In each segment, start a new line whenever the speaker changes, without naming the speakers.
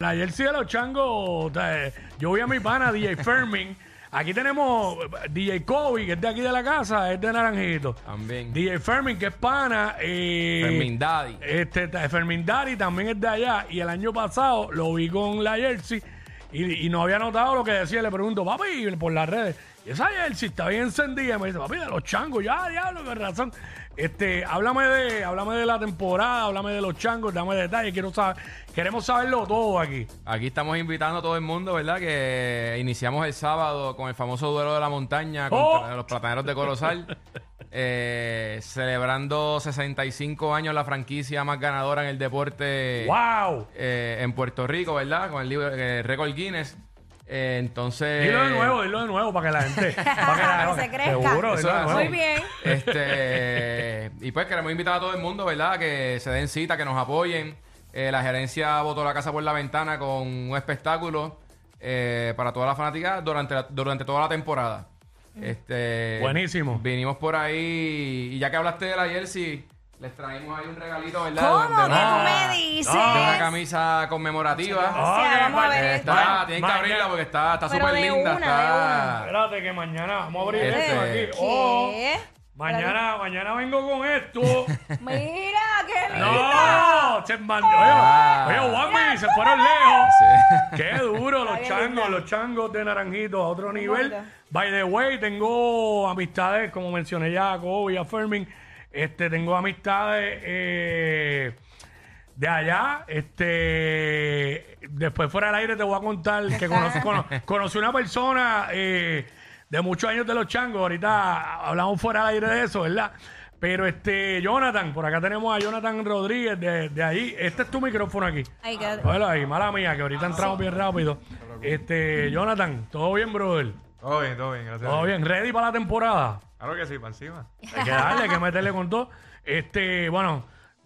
La jersey de los changos, eh, yo vi a mi pana DJ Fermin. Aquí tenemos eh, DJ Kobe, que es de aquí de la casa, es de Naranjito.
También.
DJ Fermin, que es pana. Eh,
Fermin Daddy.
Este, ta- Fermin Dari también es de allá. Y el año pasado lo vi con la jersey y, y no había notado lo que decía. Le pregunto, papi, por las redes, "¿Y esa jersey está bien encendida. Y Me dice, papi, de los changos. Ya, diablo, con razón. Este, háblame de, háblame de la temporada, háblame de los changos, dame detalles. Quiero saber, queremos saberlo todo aquí.
Aquí estamos invitando a todo el mundo, ¿verdad? Que iniciamos el sábado con el famoso duelo de la montaña contra
¡Oh!
los plataneros de Corozal. Eh, celebrando 65 años la franquicia más ganadora en el deporte
¡Wow!
eh, en Puerto Rico, ¿verdad? Con el libro- eh, récord Guinness. Eh, entonces.
Dilo de nuevo, dilo de nuevo para que la gente. Para
Que se crezca.
Seguro,
Eso
dilo de
es
nuevo.
así.
Muy bien.
Este, y pues queremos invitar a todo el mundo, ¿verdad? Que se den cita, que nos apoyen. Eh, la gerencia botó la casa por la ventana con un espectáculo eh, para toda la fanática durante, la- durante toda la temporada. Este,
Buenísimo.
Vinimos por ahí y ya que hablaste de la jersey, les traímos ahí un regalito, ¿verdad?
¿Cómo
De
que
una-
tú me dices?
de una camisa conmemorativa.
O sea,
Ok,
vamos a ver
vale.
Eh,
esto.
está, tienen que
Mañana.
abrirla porque está está
Pero
súper
de
linda.
una,
está-
Espérate que mañana vamos a abrir
Este.
esto aquí.
¿Qué?
Oh, mañana, mañana vengo con esto.
Mira, qué linda.
¡No! Se mandó.
Ah.
Oye, oye, Juanmi, se fueron lejos.
Sí.
Qué duro, los
bien
changos,
linda.
los changos de naranjito a otro nivel.
bonito.
By the way, tengo amistades, como mencioné ya a Kobe, a Fermin. Este, tengo amistades eh, de allá. Este, después fuera del aire te voy a contar que conocí, cono- conocí una persona eh, de muchos años de los changos. Ahorita hablamos fuera del aire de eso, ¿verdad? Pero este, Jonathan, por acá tenemos a Jonathan Rodríguez de, de ahí. Este es tu micrófono aquí.
Ay, qué-
Bueno, ahí, mala mía, que ahorita entramos bien rápido. Este, Jonathan, ¿todo bien, brother?
Todo bien, todo bien, gracias.
¿Todo bien? ¿Ready para la temporada?
Claro que sí, para encima.
Hay que darle, hay que meterle con todo. Este, bueno,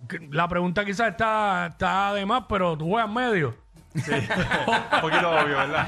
que- la pregunta quizás está, está de más, pero tú juegas medio.
Un poquito obvio, ¿verdad?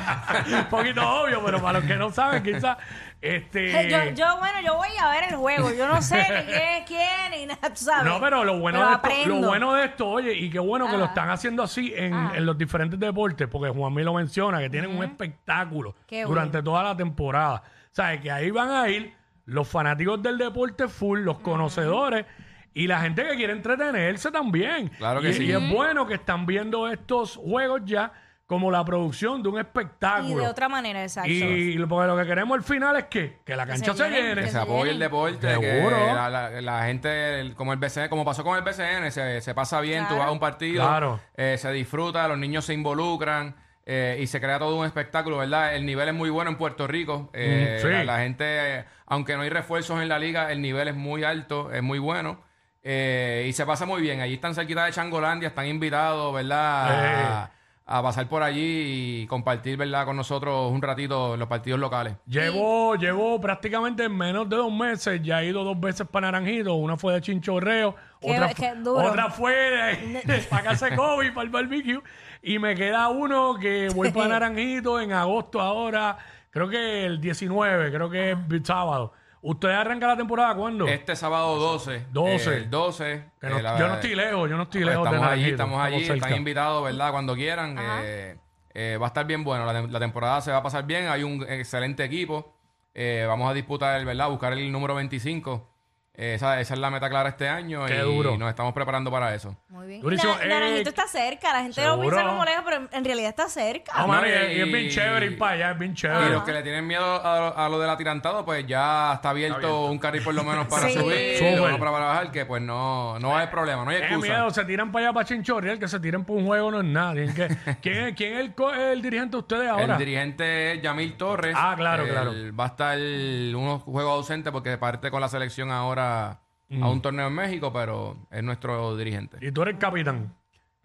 Un poquito obvio, pero para los que no saben, quizás. Este,
Yo, yo, bueno, yo voy a ver el juego. Yo no sé ni qué es quién ni nada, tú sabes.
No, pero lo bueno, de esto,
aprendo. Ah.
lo bueno de esto, oye, y qué bueno que lo están haciendo así en, en los diferentes deportes, porque Juanmi lo menciona, que tienen un espectáculo
Qué
durante toda la temporada. O sea, que ahí van a ir los fanáticos del deporte full, los conocedores y la gente que quiere entretenerse también.
Claro que
Y-
sí.
Y es bueno que están viendo estos juegos ya como la producción de un espectáculo.
Y de otra manera, exacto.
Y lo- porque lo que queremos al final es que, que la cancha
se
se,
llene,
llene.
Que se apoye el deporte,
Seguro.
que la, la- la gente, el- como el BCN, como pasó con el BCN, se, se pasa bien, tú vas a un partido,
Claro.
eh, se disfruta, los niños se involucran eh, y se crea todo un espectáculo, ¿verdad? El nivel es muy bueno en Puerto Rico, eh,
Mm, sí.
la, la gente, eh, aunque no hay refuerzos en la liga, el nivel es muy alto, es muy bueno. eh, y se pasa muy bien. Allí están cerquita de Changolandia, están invitados, ¿verdad? A, a pasar por allí y compartir, ¿verdad? Con nosotros un ratito en los partidos locales.
Llegó, llegó prácticamente en menos de dos meses, ya ha ido dos veces para Naranjito, una fue de Chinchorreo,
Qué-
otra, fu-
qué duro.
otra fue de, para casa de Kobe, para el barbecue, y me queda uno que voy para Naranjito en agosto ahora, creo que el 19, creo que es
Ah.
sábado. ¿Usted arranca la temporada cuándo?
Este sábado 12.
12.
eh, el 12.
Que no-
eh, la-
yo no estoy lejos, yo no estoy
Pues
lejos de
Estamos allí,
Naranjito.
estamos allí,
cerca.
están invitados, ¿verdad? Cuando quieran. eh, eh, va a estar bien bueno, la, tem- la temporada se va a pasar bien, hay un excelente equipo. eh, vamos a disputar, ¿verdad? Buscar el número 25. Eh, esa, esa es la meta clara este año
Qué
y
duro.
nos estamos preparando para eso.
Muy bien.
Durísimo.
Y Nara- Naranjito
Eh,
está cerca. La gente lo
seguro.
piensa como lejos, pero en- en realidad está cerca.
No, mano, y,
No,
es- y es bien
y-
chévere ir para allá, es bien
Y
chévere.
Ah,
los que le tienen miedo a, a lo del atirantado, pues ya está abierto, un carril por lo menos para
Sí.
subir,
Súper.
uno para bajar, que pues no, no va a haber problema, no hay
Tienen
excusa.
miedo, Eh, se tiran para allá para Chinchorrial, que se tiren por un juego no es nada. Tienen que- ¿Quién, es- quién es el, co- el dirigente de ustedes ahora?
El dirigente es Yamil Torres.
Ah, claro,
Él
claro.
Va a estar unos juegos ausentes porque parte con la selección ahora a
Mm.
un torneo en México, pero es nuestro dirigente.
y tú eres el capitán.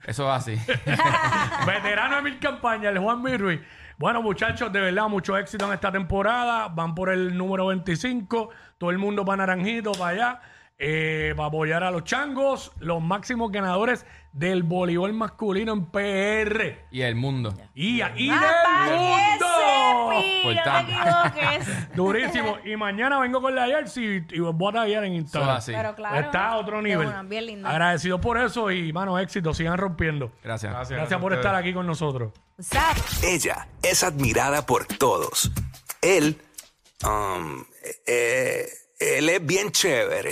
Eso es así.
Veterano de mil campañas, el Juan Mirruiz. Bueno, muchachos, de verdad, mucho éxito en esta temporada. Van por el número 25. Todo el mundo para Naranjito, para allá. eh, para apoyar a los changos, los máximos ganadores del voleibol masculino en PR.
y el mundo.
Y, y
Ah,
del mundo. Pues
¡Apáguese, pi! No te
Importante.
equivoques.
Durísimo. Y mañana vengo con la jersey y, y voy a taguear en
Eso
Instagram.
es así.
Pero claro.
pues Está a otro
de
nivel.
una, bien lindo.
Agradecido por eso y, mano, éxito. Sigan rompiendo.
Gracias.
Gracias por
a ustedes.
estar aquí con nosotros.
What's up?
Ella es admirada por todos. Él, um, eh, él es eh, bien chévere.